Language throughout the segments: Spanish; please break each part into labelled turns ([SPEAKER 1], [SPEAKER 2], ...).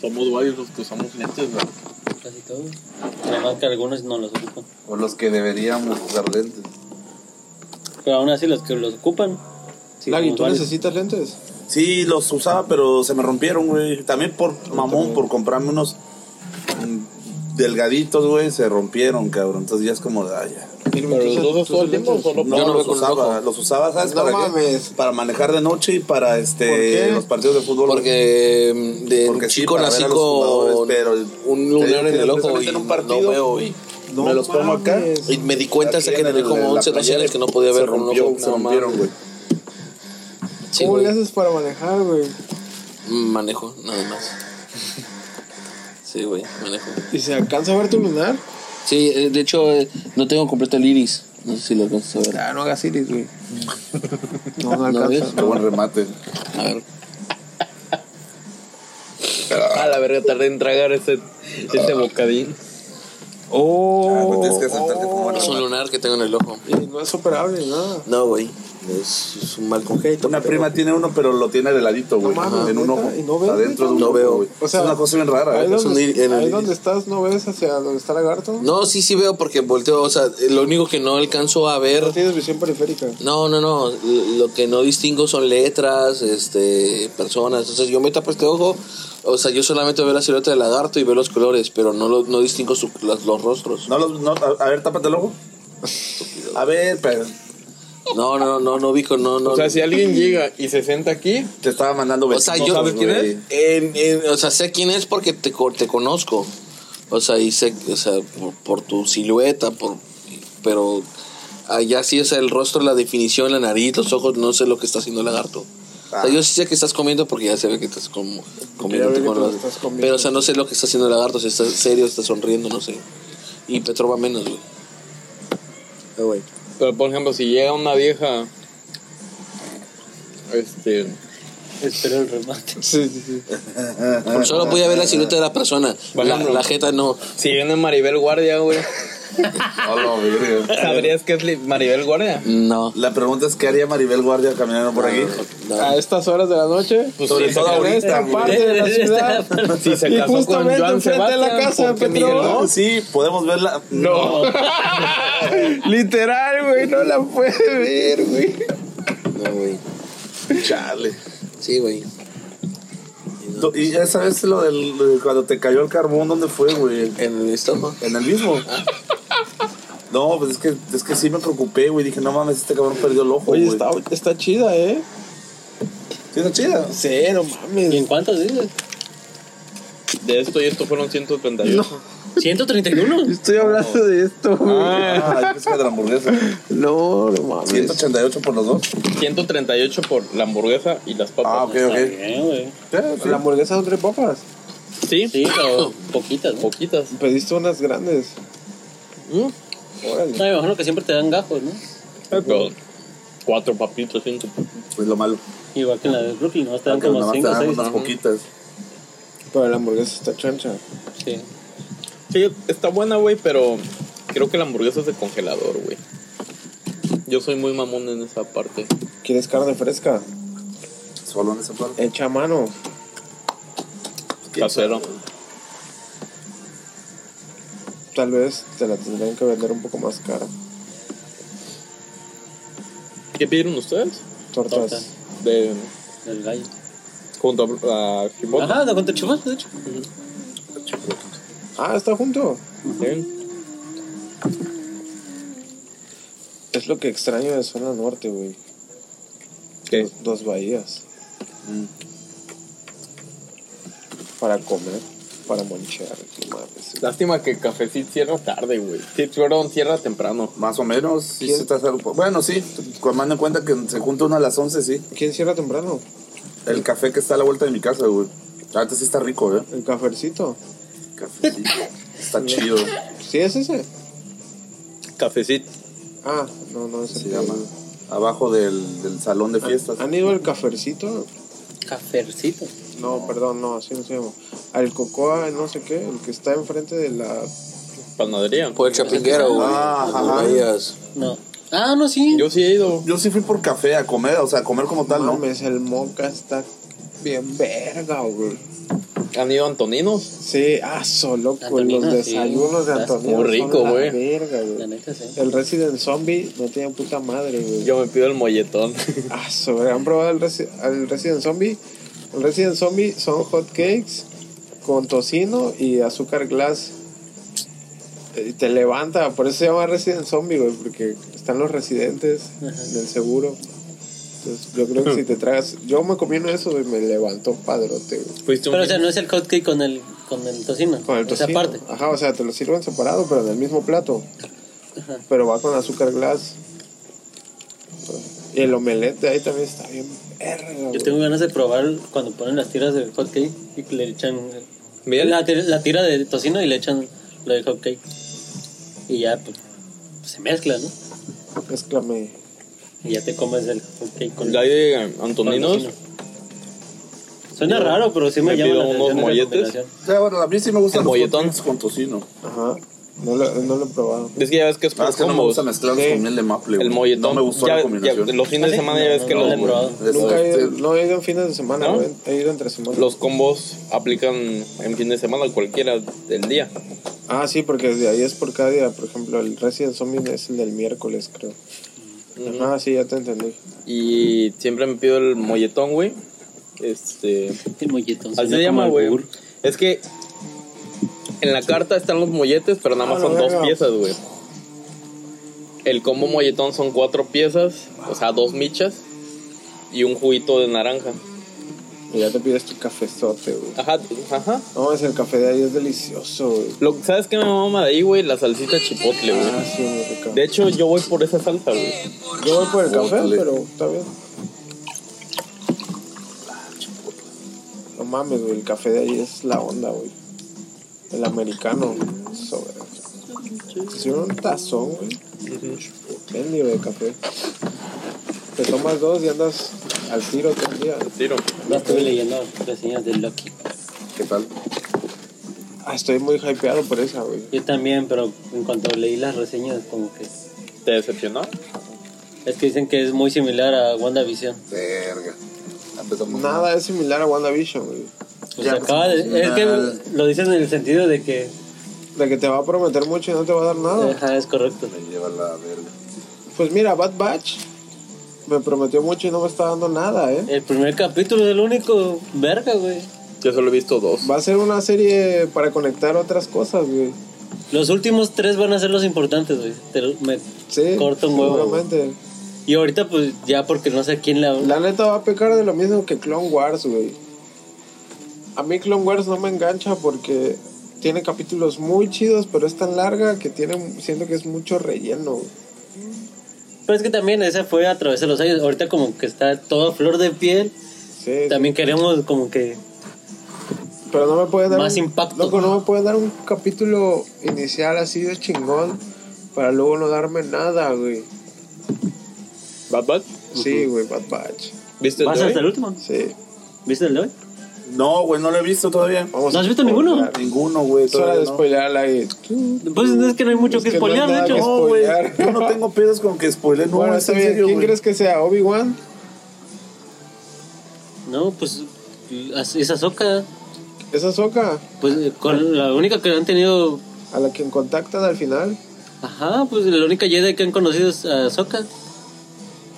[SPEAKER 1] Somos varios los que usamos lentes, güey.
[SPEAKER 2] Casi todos. Además que algunos no los ocupan.
[SPEAKER 3] O los que deberíamos usar lentes.
[SPEAKER 2] Pero aún así los que los ocupan. sí,
[SPEAKER 4] Lagui,
[SPEAKER 2] somos
[SPEAKER 4] ¿tú
[SPEAKER 2] varios.
[SPEAKER 4] necesitas lentes?
[SPEAKER 5] Sí, los usaba, pero se me rompieron, güey. También por mamón, por comprarme unos mm, delgaditos, güey, se rompieron, cabrón. Entonces ya es como, de, ah, ya.
[SPEAKER 1] Pero los dos todo el tiempo o solo
[SPEAKER 5] No,
[SPEAKER 1] para-
[SPEAKER 5] los usaba, los usaba, ¿sabes?
[SPEAKER 4] No
[SPEAKER 5] para qué?
[SPEAKER 4] mames.
[SPEAKER 5] Para manejar de noche y para
[SPEAKER 4] ¿Por
[SPEAKER 5] este
[SPEAKER 4] qué?
[SPEAKER 5] los partidos de fútbol.
[SPEAKER 6] Porque mm, de
[SPEAKER 5] Porque sí,
[SPEAKER 6] chico
[SPEAKER 5] para
[SPEAKER 6] nací
[SPEAKER 5] ver a los
[SPEAKER 6] con
[SPEAKER 5] jugadores, pero el-
[SPEAKER 6] un
[SPEAKER 5] te digo
[SPEAKER 6] lunar en
[SPEAKER 5] que
[SPEAKER 6] el ojo
[SPEAKER 5] precisamente
[SPEAKER 6] y
[SPEAKER 5] en un
[SPEAKER 6] no
[SPEAKER 5] partido
[SPEAKER 6] veo. Y,
[SPEAKER 4] No
[SPEAKER 5] me los pongo acá
[SPEAKER 4] mames.
[SPEAKER 6] y me di cuenta hasta
[SPEAKER 5] Aquí
[SPEAKER 6] que
[SPEAKER 5] en
[SPEAKER 6] tenía
[SPEAKER 5] el-
[SPEAKER 6] como
[SPEAKER 5] en la
[SPEAKER 6] 11, 12 años
[SPEAKER 5] playera
[SPEAKER 6] que no podía
[SPEAKER 5] se
[SPEAKER 6] ver con un
[SPEAKER 5] rompió,
[SPEAKER 6] ojo.
[SPEAKER 5] Se
[SPEAKER 6] nada más.
[SPEAKER 5] rompieron, güey.
[SPEAKER 6] Sí,
[SPEAKER 4] ¿Cómo
[SPEAKER 6] güey.
[SPEAKER 4] le haces para manejar, güey?
[SPEAKER 6] Mm, Manejo, nada más. Sí, güey, manejo.
[SPEAKER 4] ¿Y se alcanza a ver tu lunar?
[SPEAKER 6] Sí, eh, de hecho, eh, no tengo completo el iris. No sé si lo alcanzas a ver.
[SPEAKER 4] Ah, no hagas iris, güey. No, no
[SPEAKER 6] ¿No
[SPEAKER 4] alcanza.
[SPEAKER 6] ves?
[SPEAKER 3] Qué buen remate.
[SPEAKER 6] A ver.
[SPEAKER 2] A la verga, tardé en tragar ese, ese bocadín.
[SPEAKER 4] Oh,
[SPEAKER 5] Ah, pues tienes que aceptar que fue un buen
[SPEAKER 6] Es un lunar que tengo en el ojo.
[SPEAKER 4] y no es operable, nada.
[SPEAKER 6] No, güey. Es, es un mal congénito.
[SPEAKER 5] Una
[SPEAKER 6] pero-
[SPEAKER 5] prima tiene uno, pero lo tiene de ladito, güey.
[SPEAKER 4] No mames,
[SPEAKER 5] en un
[SPEAKER 4] ¿neta?
[SPEAKER 5] ojo.
[SPEAKER 4] ¿Y no ves,
[SPEAKER 5] Adentro de un
[SPEAKER 6] güey? No
[SPEAKER 5] ojo,
[SPEAKER 6] veo.
[SPEAKER 5] güey.
[SPEAKER 4] O sea,
[SPEAKER 5] es una cosa bien rara,
[SPEAKER 4] Ahí,
[SPEAKER 5] güey.
[SPEAKER 6] es un
[SPEAKER 4] donde,
[SPEAKER 6] iris- en el
[SPEAKER 4] ahí
[SPEAKER 6] iris.
[SPEAKER 4] donde estás, ¿no ves hacia donde está el lagarto?
[SPEAKER 6] No, sí, sí veo porque volteo. O sea, eh, lo único que no alcanzo a ver.
[SPEAKER 4] No tienes visión periférica.
[SPEAKER 6] No, no, no. L- Lo que no distingo son letras, este, personas. Entonces yo me tapo este ojo. O sea, yo solamente veo la silueta del lagarto y veo los colores, pero no, lo- no distingo su- las- los rostros.
[SPEAKER 5] No los, no, a, a ver, tápate el ojo. A ver, pero
[SPEAKER 6] No, no, no, no, no ubico, no, no.
[SPEAKER 1] O sea, si alguien llega y se sienta aquí,
[SPEAKER 5] te estaba mandando
[SPEAKER 6] O sea,
[SPEAKER 5] besitos,
[SPEAKER 6] yo.
[SPEAKER 5] güey.
[SPEAKER 6] En- en- o sea, sé quién es porque te, co- te conozco. O sea, y sé, o sea, por, por tu silueta, por, pero allá sí, o sea, el rostro, la definición, la nariz, los ojos, no sé lo que está haciendo el lagarto. O sea, yo sí sé que estás comiendo porque ya se ve que estás como, comiendo.
[SPEAKER 4] Ya ve que
[SPEAKER 6] con
[SPEAKER 4] te lo
[SPEAKER 6] las-
[SPEAKER 4] estás comiendo.
[SPEAKER 6] Pero, o sea, no sé lo que está haciendo el lagarto, si está serio, está sonriendo, no sé. Y Petrova menos, güey. Ah, güey.
[SPEAKER 1] pero por ejemplo, si llega una vieja. Este.
[SPEAKER 2] Espero el remate.
[SPEAKER 4] Sí, sí, sí. Ah,
[SPEAKER 6] Solo voy a ver la silueta de la persona,
[SPEAKER 1] Por
[SPEAKER 6] la,
[SPEAKER 1] ejemplo.
[SPEAKER 6] la jeta no.
[SPEAKER 1] Si viene Maribel Guardia, güey.
[SPEAKER 5] Hola, mi querido.
[SPEAKER 1] ¿Sabrías que es li- Maribel Guardia?
[SPEAKER 6] No.
[SPEAKER 5] La pregunta es: ¿qué haría Maribel Guardia caminando por aquí?
[SPEAKER 6] no.
[SPEAKER 4] A estas horas de la noche.
[SPEAKER 1] Pues
[SPEAKER 5] Sobre
[SPEAKER 1] sí,
[SPEAKER 5] todo
[SPEAKER 1] se-
[SPEAKER 5] ahorita,
[SPEAKER 4] esta
[SPEAKER 5] güey.
[SPEAKER 4] parte de la ciudad.
[SPEAKER 1] Si se
[SPEAKER 4] Y
[SPEAKER 1] casó con
[SPEAKER 4] justamente
[SPEAKER 1] Joan
[SPEAKER 4] enfrente de la
[SPEAKER 1] Sebastián,
[SPEAKER 4] casa de
[SPEAKER 1] ¿por qué
[SPEAKER 4] Pedro?
[SPEAKER 1] Miguel no?
[SPEAKER 5] No, sí, podemos verla. No.
[SPEAKER 4] Literal, güey, no la puede ver, güey.
[SPEAKER 6] No, güey.
[SPEAKER 5] Chale.
[SPEAKER 6] Sí, güey.
[SPEAKER 5] Do- Y esa vez lo del de cuando te cayó el carbón, ¿dónde fue, güey?
[SPEAKER 6] En el estómago.
[SPEAKER 5] En el mismo. No, pues es que, es que sí me preocupé, güey. Dije, no mames, este cabrón perdió el ojo,
[SPEAKER 4] Oye,
[SPEAKER 5] güey.
[SPEAKER 4] está, está chida, ¿eh?
[SPEAKER 5] Sí, está chida.
[SPEAKER 4] Sí, no
[SPEAKER 2] ¿Y en
[SPEAKER 4] mames.
[SPEAKER 2] cuántos dices?
[SPEAKER 1] De esto y esto fueron 138.
[SPEAKER 2] 131.
[SPEAKER 4] Estoy hablando de esto, güey.
[SPEAKER 5] Ah, yo pensé que de la hamburguesa.
[SPEAKER 4] No, no mames.
[SPEAKER 5] 188 por los dos.
[SPEAKER 1] 138 por la hamburguesa y las papas.
[SPEAKER 5] Ah, ok,
[SPEAKER 2] Está
[SPEAKER 5] ok.
[SPEAKER 2] bien, güey.
[SPEAKER 4] La hamburguesa son tres papas.
[SPEAKER 1] Sí,
[SPEAKER 2] Sí, pero poquitas, ¿no?
[SPEAKER 1] poquitas.
[SPEAKER 4] Pediste unas grandes.
[SPEAKER 2] Mm. No,
[SPEAKER 4] Órale.
[SPEAKER 2] me imagino que siempre te dan gajos, ¿no?
[SPEAKER 1] Pero cuatro papitos, cinco papitos.
[SPEAKER 5] Pues lo malo.
[SPEAKER 2] Igual que en la de Brooklyn, ¿no? Te dan
[SPEAKER 5] Aunque Ah,
[SPEAKER 2] como
[SPEAKER 5] nada más te
[SPEAKER 2] cinco o
[SPEAKER 5] dan
[SPEAKER 2] seis.
[SPEAKER 5] unas
[SPEAKER 2] ¿no?
[SPEAKER 5] poquitas.
[SPEAKER 4] Pero la hamburguesa está chancha.
[SPEAKER 2] Sí.
[SPEAKER 1] Sí, está buena, güey, pero creo que la hamburguesa es de congelador, güey. Yo soy muy mamón en esa parte.
[SPEAKER 4] ¿Quieres carne fresca?
[SPEAKER 5] Solo en ese plan.
[SPEAKER 4] Hecha a mano.
[SPEAKER 1] Casero.
[SPEAKER 4] Tal vez te la tendrían que vender un poco más cara.
[SPEAKER 1] ¿Qué pidieron ustedes?
[SPEAKER 4] Tortas.
[SPEAKER 2] Tortas.
[SPEAKER 1] De
[SPEAKER 2] Del gallo.
[SPEAKER 1] junto a, a Chipotle.
[SPEAKER 2] Ajá, de contra Chivas, de hecho.
[SPEAKER 4] Ah, está junto.
[SPEAKER 1] Sí.
[SPEAKER 4] Es lo que extraño de zona norte, güey.
[SPEAKER 1] ¿Qué?
[SPEAKER 4] Dos, dos bahías.
[SPEAKER 5] Mm,
[SPEAKER 4] Para comer, para monchear. no mames.
[SPEAKER 1] Lástima que Cafecito cierra tarde, güey. Sí, perdón, cierra temprano.
[SPEAKER 5] Más o menos, sí
[SPEAKER 4] ¿Quién?
[SPEAKER 5] se está cerca. Bueno, sí, tomando en cuenta que se junta uno a las 11, sí.
[SPEAKER 4] ¿Quién cierra temprano?
[SPEAKER 5] El café que está a la vuelta de mi casa, güey. Antes sí está rico, ¿eh?
[SPEAKER 4] El cafercito.
[SPEAKER 5] Cafecito. Está chido,
[SPEAKER 4] ¿Sí es ese?
[SPEAKER 1] Cafecito.
[SPEAKER 4] Ah, no, no, ese
[SPEAKER 5] se llama. Abajo del, del salón de fiestas.
[SPEAKER 4] ¿Han ido al cafercito?
[SPEAKER 2] Cafercito.
[SPEAKER 4] No, perdón, no, así no se llama. Al cocoa, no sé qué, el que está enfrente de la.
[SPEAKER 1] Panadería.
[SPEAKER 6] Por el chapinguero, güey.
[SPEAKER 5] Ah, ajá.
[SPEAKER 6] Las bahías.
[SPEAKER 2] No. Ah, no, sí.
[SPEAKER 1] Yo sí he ido.
[SPEAKER 5] Yo sí fui por café a comer, o sea, a comer como tal, ¿no?
[SPEAKER 4] Mames, el moca está bien verga, güey.
[SPEAKER 1] ¿Han ido Antoninos?
[SPEAKER 4] Sí, ah, solo con
[SPEAKER 2] Antonino,
[SPEAKER 4] los
[SPEAKER 2] sí.
[SPEAKER 4] desayunos de
[SPEAKER 2] Está
[SPEAKER 4] Antonio.
[SPEAKER 1] muy rico,
[SPEAKER 4] son la
[SPEAKER 1] güey.
[SPEAKER 4] verga,
[SPEAKER 2] La
[SPEAKER 4] güey.
[SPEAKER 2] neta, sí.
[SPEAKER 4] El Resident Zombie no tenía puta madre, güey.
[SPEAKER 1] Yo me pido el molletón.
[SPEAKER 4] Ah, sobre, han probado el, Resi- al Resident Zombie. El Resident Zombie son hot cakes con tocino y azúcar glass. Y te levanta, por eso se llama Resident Zombie, güey, porque están los residentes del seguro. Entonces, yo creo que
[SPEAKER 2] Hmm.
[SPEAKER 4] si te tragas. Yo me comí uno de esos, güey, me levantó padrote, güey.
[SPEAKER 1] Fuiste un
[SPEAKER 2] Pero, o sea, no es el hotcake con el, con el tocino.
[SPEAKER 4] Con el
[SPEAKER 2] esa
[SPEAKER 4] tocino.
[SPEAKER 2] parte.
[SPEAKER 4] Ajá, o sea, te lo sirven separado, pero en el mismo plato. Pero va con azúcar glass. Y el omelette de ahí también está bien. verga, güey.
[SPEAKER 2] Yo tengo ganas de probar cuando ponen las tiras de hotcake y que le echan.
[SPEAKER 1] Miel.
[SPEAKER 2] La, tira- la tira de tocino y le echan lo de hotcake. Y ya pues, se mezcla, ¿no?
[SPEAKER 4] Mezclame.
[SPEAKER 2] Y ya te comes el hotcake con
[SPEAKER 1] ¿Ya hay
[SPEAKER 2] con el
[SPEAKER 1] Antoninos?
[SPEAKER 2] tocino. Suena raro, pero sí me,
[SPEAKER 1] me
[SPEAKER 2] llama
[SPEAKER 1] pido
[SPEAKER 2] la
[SPEAKER 1] unos
[SPEAKER 2] atención la
[SPEAKER 1] molletes.
[SPEAKER 2] combinación.
[SPEAKER 5] Ya, bueno, a mí sí me gustan
[SPEAKER 1] El
[SPEAKER 5] los
[SPEAKER 1] molletón.
[SPEAKER 5] hot cakes con tocino.
[SPEAKER 4] Ajá. No lo, no lo he probado.
[SPEAKER 1] Es que ya ves que es
[SPEAKER 5] Ah,
[SPEAKER 1] por
[SPEAKER 5] es que no me
[SPEAKER 1] combos.
[SPEAKER 5] gusta mezclarlos
[SPEAKER 4] Sí.
[SPEAKER 5] con miel de maple. güey.
[SPEAKER 1] El molletón.
[SPEAKER 5] No me gustó
[SPEAKER 1] Ya-
[SPEAKER 5] la
[SPEAKER 1] ya-
[SPEAKER 5] combinación.
[SPEAKER 1] los fines de
[SPEAKER 2] ¿Ah, sí?
[SPEAKER 1] semana ya
[SPEAKER 2] No,
[SPEAKER 1] ves
[SPEAKER 2] no,
[SPEAKER 1] que
[SPEAKER 2] no,
[SPEAKER 1] los,
[SPEAKER 2] lo he probado.
[SPEAKER 5] Es,
[SPEAKER 4] Nunca he ido,
[SPEAKER 5] este,
[SPEAKER 4] no he ido en fines de semana,
[SPEAKER 1] ¿No?
[SPEAKER 4] güey. He ido entre semana.
[SPEAKER 1] los combos aplican en fin de semana cualquiera del día.
[SPEAKER 4] Ah, sí, porque de ahí es por cada día. Por ejemplo, el Resident Zombie es el del miércoles, creo. Ah, sí, ya te entendí.
[SPEAKER 1] Y siempre me pido el molletón, güey. Este.
[SPEAKER 2] El molletón.
[SPEAKER 1] Así
[SPEAKER 2] suena
[SPEAKER 1] se
[SPEAKER 2] como
[SPEAKER 1] llama,
[SPEAKER 2] el
[SPEAKER 1] güey.
[SPEAKER 2] yogur.
[SPEAKER 1] Es que en la carta están los molletes, pero nada más
[SPEAKER 4] Ah,
[SPEAKER 1] son
[SPEAKER 4] la
[SPEAKER 1] dos
[SPEAKER 4] verga.
[SPEAKER 1] piezas, güey. El combo molletón son cuatro piezas, o sea, dos michas y un juguito de naranja.
[SPEAKER 4] Y ya te pides tu cafezote, güey.
[SPEAKER 1] Ajá, ajá.
[SPEAKER 4] No, es el café de ahí, es delicioso, güey.
[SPEAKER 1] Lo, ¿Sabes qué me mama de ahí, güey? La salsita chipotle,
[SPEAKER 4] Ah,
[SPEAKER 1] güey.
[SPEAKER 4] sí, muy rico.
[SPEAKER 1] De hecho, yo voy por esa salsa, güey.
[SPEAKER 4] Yo voy por el café,
[SPEAKER 5] Chipotle.
[SPEAKER 4] pero está bien. No mames, güey, el café de ahí es la onda, güey. El americano, sobre. Hicieron un tazón, güey. El libro de café. Te tomas dos y andas al tiro todo el día.
[SPEAKER 1] Tiro.
[SPEAKER 2] Ya estuve leyendo reseñas de Loki.
[SPEAKER 5] ¿Qué tal?
[SPEAKER 4] Ah, estoy muy hypeado por esa, güey.
[SPEAKER 2] Yo también, pero en cuanto leí las reseñas, como que.
[SPEAKER 1] ¿Te decepcionó?
[SPEAKER 2] Es que dicen que es muy similar a WandaVision.
[SPEAKER 3] Verga. Empezamos.
[SPEAKER 4] Nada es similar a WandaVision, güey.
[SPEAKER 2] Pues
[SPEAKER 5] Ya,
[SPEAKER 2] acaba de-
[SPEAKER 5] pues,
[SPEAKER 2] es
[SPEAKER 5] nada.
[SPEAKER 2] que lo dicen en el sentido de que.
[SPEAKER 4] De que te va a prometer mucho y no te va a dar nada.
[SPEAKER 2] Ajá, es correcto.
[SPEAKER 3] Me lleva la verga.
[SPEAKER 4] Pues mira, Bad Batch me prometió mucho y no me está dando nada, eh.
[SPEAKER 2] El primer capítulo es el único. Verga, güey.
[SPEAKER 1] Yo solo he visto dos.
[SPEAKER 4] Va a ser una serie para conectar otras cosas, güey.
[SPEAKER 2] Los últimos tres van a ser los importantes, güey. Te lo- me
[SPEAKER 4] Sí,
[SPEAKER 2] corto un huevo. güey.
[SPEAKER 4] seguramente.
[SPEAKER 2] Y ahorita, pues ya, porque no sé quién la.
[SPEAKER 4] La neta va a pecar de lo mismo que Clone Wars, güey. A mí Clone Wars no me engancha porque tiene capítulos muy chidos, pero es tan larga que tiene, siento que es mucho relleno. güey.
[SPEAKER 2] Pero es que también esa fue a través de los años. Ahorita, como que está todo a flor de piel.
[SPEAKER 4] Sí,
[SPEAKER 2] También queremos, como que.
[SPEAKER 4] pero no me puede dar
[SPEAKER 2] Más
[SPEAKER 4] un,
[SPEAKER 2] impacto.
[SPEAKER 4] loco, no me puede dar un capítulo inicial así de chingón para luego no darme nada, güey.
[SPEAKER 1] ¿Bad Bad?
[SPEAKER 4] Sí, güey, Bad Batch.
[SPEAKER 1] ¿Viste el
[SPEAKER 2] ¿Vas
[SPEAKER 1] de hoy?
[SPEAKER 2] hasta el último?
[SPEAKER 4] Sí.
[SPEAKER 2] ¿Viste el de hoy?
[SPEAKER 5] No, güey, no lo he visto todavía.
[SPEAKER 4] Vamos
[SPEAKER 2] ¿No
[SPEAKER 4] a
[SPEAKER 2] has visto ninguno?
[SPEAKER 5] Ninguno, güey.
[SPEAKER 4] Es hora
[SPEAKER 5] Todavía
[SPEAKER 4] de
[SPEAKER 5] no.
[SPEAKER 4] spoilearla y...
[SPEAKER 2] Pues es que no hay mucho
[SPEAKER 4] Es
[SPEAKER 2] que
[SPEAKER 4] que no hay
[SPEAKER 2] spoilear, de
[SPEAKER 4] nada
[SPEAKER 2] hecho.
[SPEAKER 4] que
[SPEAKER 5] No, güey.
[SPEAKER 4] spoilear.
[SPEAKER 5] Yo no tengo pedos con que spoiler. No,
[SPEAKER 4] bueno,
[SPEAKER 5] es
[SPEAKER 4] está
[SPEAKER 5] en
[SPEAKER 4] bien.
[SPEAKER 5] serio,
[SPEAKER 4] ¿Quién
[SPEAKER 5] güey.
[SPEAKER 4] crees que sea? ¿Obi-Wan?
[SPEAKER 2] No, pues esa soca,
[SPEAKER 4] ¿Esa soca?
[SPEAKER 2] pues eh, con la única que han tenido,
[SPEAKER 4] ¿A la que contactan al final?
[SPEAKER 2] ajá, pues la única Jedi que han conocido es a Soca.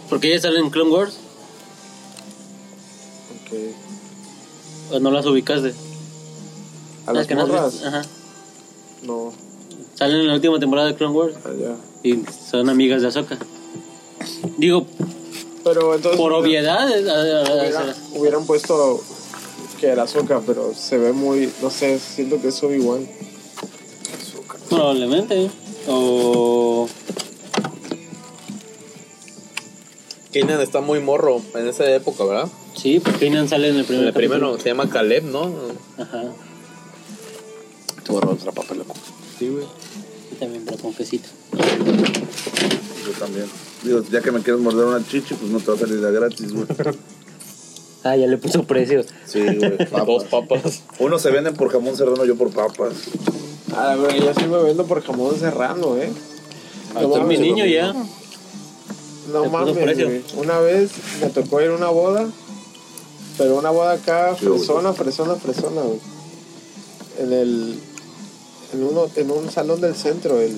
[SPEAKER 2] Porque ella sale en Clone Wars,
[SPEAKER 4] Ok.
[SPEAKER 2] o no las ubicaste.
[SPEAKER 4] ¿A las
[SPEAKER 2] que no has
[SPEAKER 4] morras?
[SPEAKER 2] visto, ajá.
[SPEAKER 4] No,
[SPEAKER 2] Salen en la última temporada de Clone Wars
[SPEAKER 4] allá.
[SPEAKER 2] y son amigas de Soca. Digo,
[SPEAKER 4] Pero entonces...
[SPEAKER 2] por obviedad, eh, a- a- a-
[SPEAKER 4] Hubieran, hubieran puesto que era soca, pero se ve muy... No sé, siento que es Obi-Wan.
[SPEAKER 2] probablemente. ¿eh? O
[SPEAKER 1] Kenan está muy morro en esa época, ¿verdad?
[SPEAKER 2] sí, porque Inan sale en el primer
[SPEAKER 1] El
[SPEAKER 2] capítulo.
[SPEAKER 1] primero se llama Caleb, ¿no?
[SPEAKER 2] Ajá.
[SPEAKER 6] Te voy a robar otra papa, loco.
[SPEAKER 1] Sí, güey.
[SPEAKER 2] Yo también, pero con quesito.
[SPEAKER 5] Yo también. Digo, ya que me quieres morder una chichi, pues no te va a salir la gratis, güey.
[SPEAKER 2] Ah, ya le puso precio.
[SPEAKER 5] Sí, güey.
[SPEAKER 1] Dos
[SPEAKER 5] papas.
[SPEAKER 1] papas.
[SPEAKER 5] Uno se venden por jamón serrano, yo por papas.
[SPEAKER 4] Ah, pero yo estoy bebiendo por jamón serrano, ¿eh?
[SPEAKER 2] Yo soy mi niño ya.
[SPEAKER 4] No
[SPEAKER 2] Le puso
[SPEAKER 4] mames,
[SPEAKER 2] precio.
[SPEAKER 4] güey. Una vez me tocó ir a una boda, pero una boda acá,
[SPEAKER 5] Sí, güey.
[SPEAKER 4] fresona, fresona, fresona, güey. en el en uno en un salón del centro el,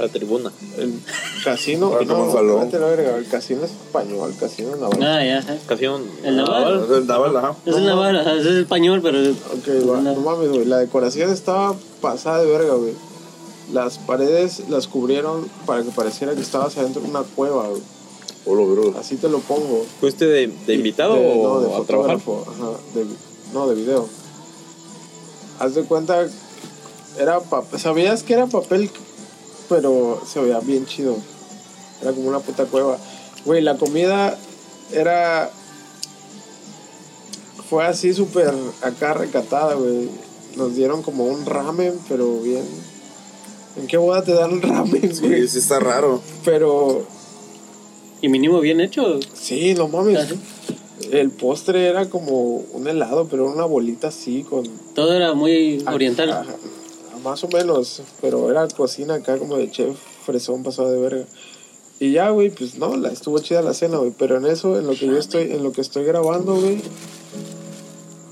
[SPEAKER 1] La tribuna.
[SPEAKER 4] el casino
[SPEAKER 5] Ahora como
[SPEAKER 4] no,
[SPEAKER 5] salón.
[SPEAKER 4] vete a la verga, el casino español, casino naval.
[SPEAKER 2] Ah, ya, ajá.
[SPEAKER 1] Casi un-
[SPEAKER 2] El Naval.
[SPEAKER 5] Es el Naval, ajá.
[SPEAKER 2] Es el Navarra, ajá, es el español, pero.
[SPEAKER 4] Ok, va,
[SPEAKER 2] No.
[SPEAKER 4] no mames, güey. La decoración estaba pasada de verga, güey. Las paredes las cubrieron para que pareciera que estabas adentro de una cueva, güey.
[SPEAKER 5] O lo bro.
[SPEAKER 4] Así te lo pongo.
[SPEAKER 1] ¿Fuiste de, de invitado
[SPEAKER 4] De-
[SPEAKER 1] o
[SPEAKER 4] no, de
[SPEAKER 1] a trabajar?
[SPEAKER 4] fotógrafo, ajá, de- no, de video. Haz de cuenta, era papel, sabías que era papel, pero se veía bien chido. Era como una puta cueva. Güey, la comida era... Fue así súper acá recatada, güey. Nos dieron como un ramen, pero bien... ¿En qué boda te dan ramen, güey?
[SPEAKER 5] Sí, sí está raro.
[SPEAKER 4] Pero
[SPEAKER 2] Y mínimo bien hecho.
[SPEAKER 4] Sí, no mames.
[SPEAKER 2] Ajá.
[SPEAKER 4] El postre era como un helado, pero era una bolita así con...
[SPEAKER 2] Todo era muy
[SPEAKER 4] Ah,
[SPEAKER 2] oriental.
[SPEAKER 4] Ajá, más o menos, pero era cocina acá como de chef fresón pasado de verga. Y ya, güey, pues no, la estuvo chida la cena, güey, pero en eso, en lo que yo estoy, en lo que estoy grabando, güey,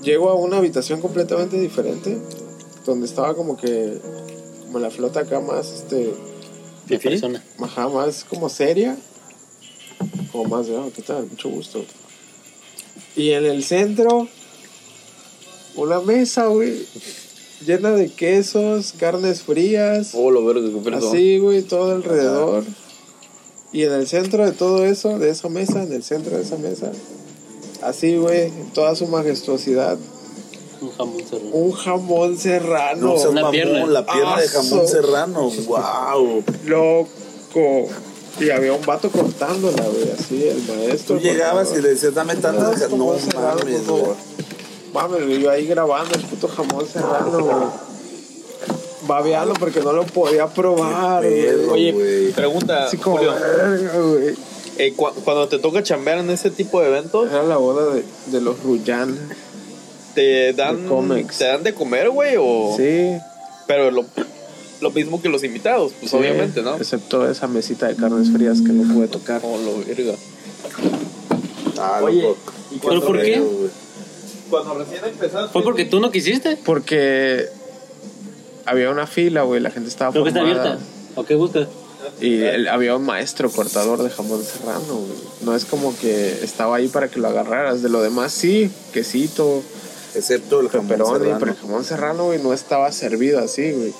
[SPEAKER 4] llego a una habitación completamente diferente, donde estaba como que, como la flota acá más, este,
[SPEAKER 2] La
[SPEAKER 1] ¿Fifí?
[SPEAKER 2] persona.
[SPEAKER 4] Ajá, más como seria. O más de, "Ah, ¿qué tal? Mucho gusto. Y en el centro, una mesa, güey. Llena de quesos, carnes frías.
[SPEAKER 1] Oh, lo verde, qué pedo.
[SPEAKER 4] Así, güey, todo alrededor. Y en el centro de todo eso, de esa mesa, en el centro de esa mesa. Así, güey, en toda su majestuosidad.
[SPEAKER 2] Un jamón serrano.
[SPEAKER 4] Un jamón serrano.
[SPEAKER 5] No, seas
[SPEAKER 2] una
[SPEAKER 5] mamón,
[SPEAKER 2] pierna.
[SPEAKER 5] La pierna de
[SPEAKER 4] Aso.
[SPEAKER 5] jamón serrano. Wow.
[SPEAKER 4] Loco. Y había un vato cortándola, güey, así, el maestro.
[SPEAKER 5] Tú llegabas
[SPEAKER 4] cortando.
[SPEAKER 5] y le decías, dame
[SPEAKER 4] Ah,
[SPEAKER 5] tantas. No
[SPEAKER 4] jamón serrano,
[SPEAKER 5] mames,
[SPEAKER 4] por favor.
[SPEAKER 5] güey.
[SPEAKER 4] Mames, güey, yo ahí grabando el puto jamón serrano, güey. Babeando porque no lo podía probar, güey.
[SPEAKER 5] Perro,
[SPEAKER 1] Oye,
[SPEAKER 5] güey.
[SPEAKER 1] pregunta,
[SPEAKER 4] Así como,
[SPEAKER 1] Julio.
[SPEAKER 4] verga, güey.
[SPEAKER 1] eh, cu- cuando te toca chambear en ese tipo de eventos,
[SPEAKER 4] Era la boda de, de los Ruyan.
[SPEAKER 1] ¿te dan,
[SPEAKER 4] De cómics.
[SPEAKER 1] ¿te dan de comer, güey? O...
[SPEAKER 4] Sí.
[SPEAKER 1] Pero lo, lo mismo que los invitados, pues
[SPEAKER 4] sí,
[SPEAKER 1] obviamente, ¿no?
[SPEAKER 4] Excepto esa mesita de carnes frías que no pude tocar.
[SPEAKER 1] Oh, lo verga.
[SPEAKER 5] Ah,
[SPEAKER 1] Oye,
[SPEAKER 5] loco.
[SPEAKER 1] ¿y
[SPEAKER 2] ¿Pero
[SPEAKER 1] cuando,
[SPEAKER 2] por qué?
[SPEAKER 5] Pero, güey.
[SPEAKER 1] cuando recién empezaste...
[SPEAKER 2] ¿Fue porque tú no quisiste?
[SPEAKER 4] Porque había una fila, güey, la gente estaba
[SPEAKER 2] Creo que está
[SPEAKER 4] formada.
[SPEAKER 2] abierta. ¿O qué buscas?
[SPEAKER 4] Y el- había un maestro cortador de jamón serrano, güey. No es como que estaba ahí para que lo agarraras. De lo demás, sí, quesito,
[SPEAKER 5] Excepto el jamón
[SPEAKER 4] pepperoni,
[SPEAKER 5] serrano.
[SPEAKER 4] pero el jamón serrano, güey, no estaba servido así, güey.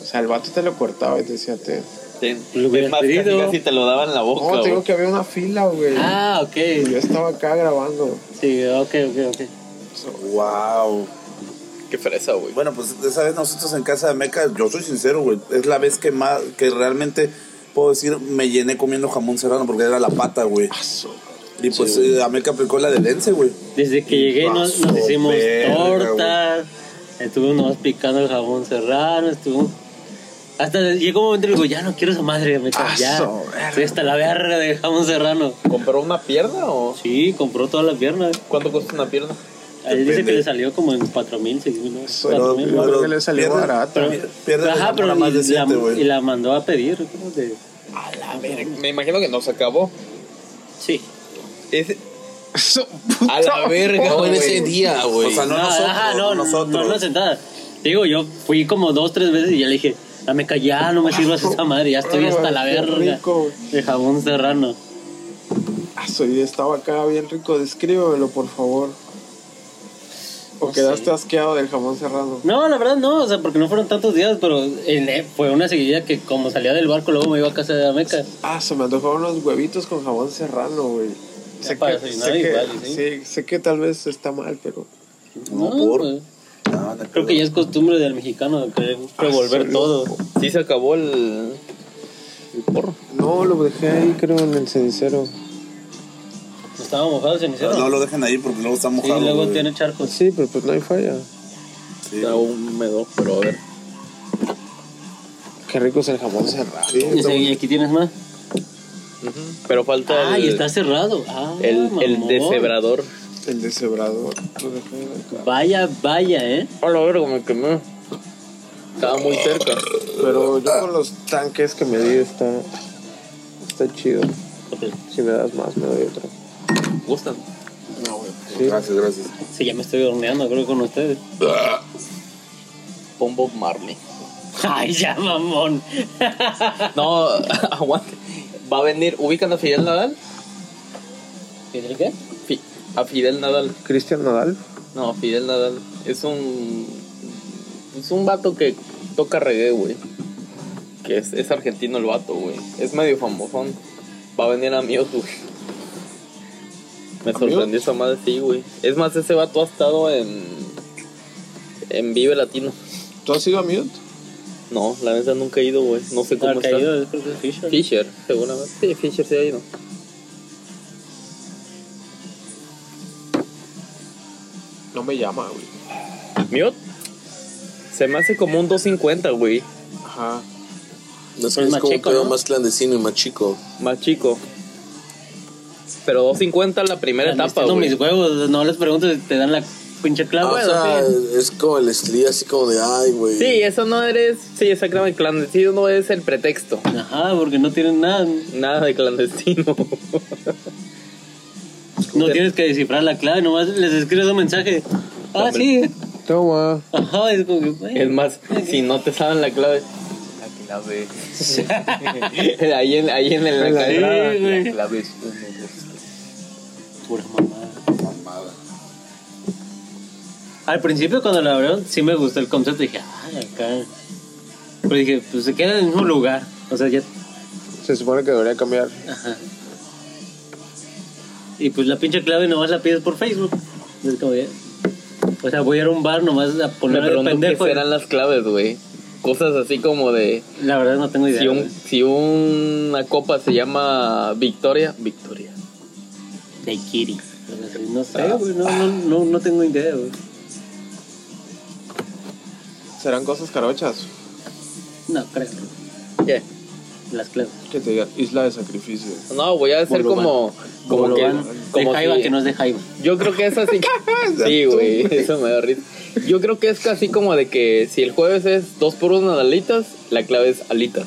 [SPEAKER 4] O sea, el vato te lo cortaba y te decía, te...
[SPEAKER 1] Te,
[SPEAKER 2] Lo hubiera
[SPEAKER 1] es más, casi,
[SPEAKER 2] pedido.
[SPEAKER 1] casi te lo daban en la boca,
[SPEAKER 4] No, te digo
[SPEAKER 1] güey.
[SPEAKER 4] que había una fila, güey.
[SPEAKER 2] Ah,
[SPEAKER 4] Y Yo
[SPEAKER 2] ok.
[SPEAKER 4] estaba acá grabando.
[SPEAKER 2] Sí, ok, ok, ok.
[SPEAKER 5] Wow.
[SPEAKER 1] Qué fresa, güey.
[SPEAKER 5] Bueno, pues de esa vez nosotros en casa de Meca, yo soy sincero, güey, es la vez que más, que realmente puedo decir, me llené comiendo jamón serrano porque era la pata, güey. Y pues eh, a Meca aplicó la de Lense, güey.
[SPEAKER 2] Desde que llegué nos, nos
[SPEAKER 5] Vaso,
[SPEAKER 2] hicimos
[SPEAKER 5] verga,
[SPEAKER 2] tortas, estuvimos nomás picando el jabón serrano, estuvimos... Hasta llegó un momento y le digo, ya no quiero esa madre, me ca- ya.
[SPEAKER 4] Vaso,
[SPEAKER 2] Estoy hasta la verga de jamón serrano.
[SPEAKER 1] ¿Compró una pierna o
[SPEAKER 2] Sí, compró todas las piernas.
[SPEAKER 1] cuánto cuesta una pierna?
[SPEAKER 2] Ahí dice
[SPEAKER 5] Depende.
[SPEAKER 2] que le salió como en 4 mil, 6 mil.
[SPEAKER 4] Eso era un
[SPEAKER 5] Pero
[SPEAKER 4] creo que le salió
[SPEAKER 5] pierde-
[SPEAKER 4] barato.
[SPEAKER 5] pierde- Pierde
[SPEAKER 2] Ajá, pero
[SPEAKER 5] la más
[SPEAKER 2] y la,
[SPEAKER 5] decente,
[SPEAKER 2] y
[SPEAKER 5] güey.
[SPEAKER 2] la mandó a pedir. creo, de-
[SPEAKER 1] Me imagino que no se acabó.
[SPEAKER 2] Sí.
[SPEAKER 1] Ese- a la verga,
[SPEAKER 6] No, en
[SPEAKER 1] güey.
[SPEAKER 6] ese día, güey.
[SPEAKER 5] O sea, no nosotros,
[SPEAKER 2] ajá,
[SPEAKER 5] no
[SPEAKER 2] no, no,
[SPEAKER 5] nosotros.
[SPEAKER 2] no, no, sentada. Digo, yo fui como dos, tres veces y ya le dije, dame callá, no me sirvas esa madre, ya estoy
[SPEAKER 4] Ay,
[SPEAKER 2] hasta
[SPEAKER 4] güey,
[SPEAKER 2] la
[SPEAKER 4] qué
[SPEAKER 2] verga
[SPEAKER 4] rico, güey.
[SPEAKER 2] de jabón serrano.
[SPEAKER 4] Ah, soy, estaba acá bien rico. Descríbemelo, por favor. O quedaste asqueado del jamón serrano.
[SPEAKER 2] No, la verdad no, o sea, porque no fueron tantos días, pero en- eh, fue una seguidilla que como salía del barco luego me iba a casa de Ameca.
[SPEAKER 4] Ah, se me antojaron unos huevitos con jamón serrano, güey.
[SPEAKER 2] Ya para desayunar igual,
[SPEAKER 4] ah, sí.
[SPEAKER 2] ¿sí?
[SPEAKER 4] sé que tal vez está mal, pero...
[SPEAKER 5] No, por-
[SPEAKER 2] pues,
[SPEAKER 5] No, no
[SPEAKER 2] creo que ya es costumbre del mexicano de querer
[SPEAKER 5] Ah,
[SPEAKER 2] revolver
[SPEAKER 4] sí,
[SPEAKER 2] todo.
[SPEAKER 1] Sí se acabó el, el porro.
[SPEAKER 4] No, lo dejé ahí, creo, en el cenicero.
[SPEAKER 2] Estaba mojado el cenicero.
[SPEAKER 5] No lo dejen ahí porque luego está
[SPEAKER 2] sí,
[SPEAKER 5] mojado.
[SPEAKER 2] luego
[SPEAKER 5] güey.
[SPEAKER 2] tiene charcos.
[SPEAKER 4] Sí, pero pues no hay falla.
[SPEAKER 5] Sí,
[SPEAKER 1] Está húmedo, pero a ver.
[SPEAKER 4] Qué rico es el jamón serrano.
[SPEAKER 5] sí,
[SPEAKER 2] Y
[SPEAKER 5] está
[SPEAKER 2] ese- y aquí tienes más.
[SPEAKER 1] Pero falta
[SPEAKER 2] Ah,
[SPEAKER 1] el,
[SPEAKER 2] y está cerrado. Ah,
[SPEAKER 1] el, el
[SPEAKER 2] mamón.
[SPEAKER 1] deshebrador.
[SPEAKER 4] El deshebrador. Lo dejé acá.
[SPEAKER 2] Vaya, vaya, ¿eh?
[SPEAKER 1] A la verga, me quemé. Estaba muy cerca.
[SPEAKER 4] Pero yo con los tanques que me di está... Está chido. Si me das más, me doy otro.
[SPEAKER 1] ¿Gustan?
[SPEAKER 4] Sí.
[SPEAKER 5] Gracias, gracias.
[SPEAKER 2] Sí, ya me estoy horneando, creo, con ustedes.
[SPEAKER 1] pon Bob Marley.
[SPEAKER 2] Ay, ya, mamón.
[SPEAKER 1] No, aguante. Va a venir, ubican a Fidel Nadal.
[SPEAKER 2] ¿Fidel qué?
[SPEAKER 1] Fi- a Fidel Nadal.
[SPEAKER 4] Cristian Nodal.
[SPEAKER 1] No, Fidel Nadal. Es un. Es un vato que toca reggae, güey. Que es, es argentino el vato, güey. Es medio famosón. Va a venir a Mute, güey. Me sorprendió esa madre, sí, güey. Es más, ese vato ha estado en. En Vive Latino.
[SPEAKER 4] ¿Tú has ido a Mute?
[SPEAKER 1] No, la neta nunca he ido, güey. No sé cómo
[SPEAKER 2] No,
[SPEAKER 1] está.
[SPEAKER 2] caído, creo que es Fisher.
[SPEAKER 1] Fisher, seguramente. Sí, Fisher se ha ido.
[SPEAKER 4] No me llama, güey.
[SPEAKER 1] Mute. Se me hace como un 250, güey.
[SPEAKER 4] Ajá.
[SPEAKER 6] No es,
[SPEAKER 2] Pero es
[SPEAKER 6] es
[SPEAKER 2] más
[SPEAKER 6] como un
[SPEAKER 2] chico,
[SPEAKER 6] pedo
[SPEAKER 2] ¿no?
[SPEAKER 6] más clandestino y más chico.
[SPEAKER 1] Más chico. Pero 250 la primera
[SPEAKER 2] Están
[SPEAKER 1] etapa,
[SPEAKER 2] vistiendo
[SPEAKER 1] güey.
[SPEAKER 2] mis huevos, no les pregunto si te dan la pinche
[SPEAKER 6] Ah,
[SPEAKER 2] clave.
[SPEAKER 6] o sea, es como el estilo así como de, ay, güey.
[SPEAKER 1] Sí, eso no eres. Sí, exactamente. Clandestino no es el pretexto.
[SPEAKER 2] Ajá, porque no tienen nada.
[SPEAKER 1] Nada de clandestino.
[SPEAKER 2] No tienes que descifrar la clave, nomás les escribes un mensaje. Ah, sí.
[SPEAKER 4] Toma.
[SPEAKER 2] Ajá, es como que, güey.
[SPEAKER 1] es más, si no te saben la clave. Aquí la ves. ahí en, ahí en el,
[SPEAKER 4] En la
[SPEAKER 1] la entrada,
[SPEAKER 2] sí, güey.
[SPEAKER 1] la clave es
[SPEAKER 2] Pura mamada.
[SPEAKER 3] Mamada.
[SPEAKER 2] Al principio cuando la abrieron sí me gustó el concepto, dije, ah, acá. Pero dije, pues se queda en el mismo lugar. O sea, ya.
[SPEAKER 4] Se supone que debería cambiar.
[SPEAKER 2] Ajá. Y pues la pinche clave nomás la pides por Facebook. Es como, ya. O sea, voy a ir a un bar nomás
[SPEAKER 1] Pues Me
[SPEAKER 2] a poner el
[SPEAKER 1] pregunto qué
[SPEAKER 2] pendejo.
[SPEAKER 1] serán las claves, güey. Cosas así como de.
[SPEAKER 2] La verdad no tengo idea.
[SPEAKER 1] Si, un,
[SPEAKER 2] güey.
[SPEAKER 1] si una copa se llama Victoria, Victoria.
[SPEAKER 2] De Kiri. No
[SPEAKER 1] Ah.
[SPEAKER 2] sé, güey. No, no, no, no tengo idea, güey.
[SPEAKER 4] Serán cosas carochas.
[SPEAKER 2] No, creo.
[SPEAKER 1] ¿Qué?
[SPEAKER 2] Las claves.
[SPEAKER 4] Que te digan Isla de Sacrificio.
[SPEAKER 1] No, voy a hacer
[SPEAKER 4] Bolobán.
[SPEAKER 1] como. Como
[SPEAKER 2] Como
[SPEAKER 1] que.
[SPEAKER 2] de
[SPEAKER 1] Como
[SPEAKER 2] Jaiba
[SPEAKER 1] si-
[SPEAKER 2] que no es de Jaiba.
[SPEAKER 1] Yo creo que es así. que- sí, güey, eso me da risa. Yo creo que es casi como de que si el jueves es dos por una de alitas, la clave es alitas.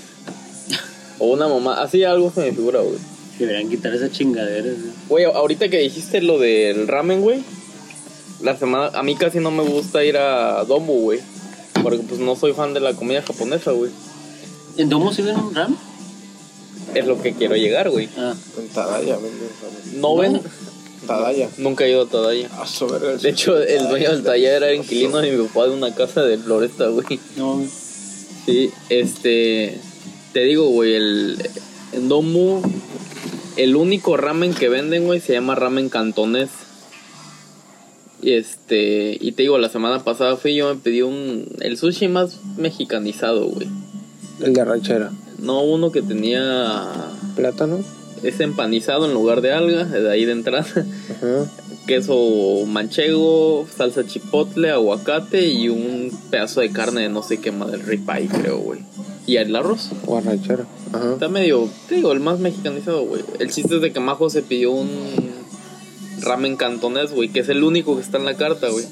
[SPEAKER 1] O una mamá, así algo se me figura, güey.
[SPEAKER 2] Deberían quitar esa chingadera. güey.
[SPEAKER 1] Güey, ahorita que dijiste lo del ramen, güey, la semana, a mí casi no me gusta ir a Dombo, güey. Porque pues no soy fan de la comida japonesa, güey.
[SPEAKER 2] ¿En Domo sirven un ram?
[SPEAKER 1] Es lo que quiero llegar, güey.
[SPEAKER 2] Ah.
[SPEAKER 4] En Tadaya, venden ramen.
[SPEAKER 1] No ven,
[SPEAKER 4] Tadaya.
[SPEAKER 1] nunca he ido a Tadaya.
[SPEAKER 4] A sobre el
[SPEAKER 1] De hecho, el dueño del taller era inquilino de mi papá de una casa de Floresta, güey.
[SPEAKER 2] No, güey.
[SPEAKER 1] Sí, este. Te digo, güey, el. En Domu. El único ramen que venden, güey, se llama ramen cantonés. Y este. Y te digo, la semana pasada fui y yo me pedí un. El sushi más mexicanizado, güey.
[SPEAKER 4] El de ranchera.
[SPEAKER 1] No uno que tenía.
[SPEAKER 4] Plátano.
[SPEAKER 1] Es empanizado en lugar de alga, de ahí de entrada.
[SPEAKER 4] Ajá.
[SPEAKER 1] Queso manchego, salsa chipotle, aguacate y un pedazo de carne de no sé qué madre, ribeye, creo, güey. Y el arroz.
[SPEAKER 4] O ranchera. Ajá.
[SPEAKER 1] Está medio, te digo, el más mexicanizado, güey. El chiste es de que Majo se pidió un ramen cantonés, güey, que es el único que está en la carta, güey.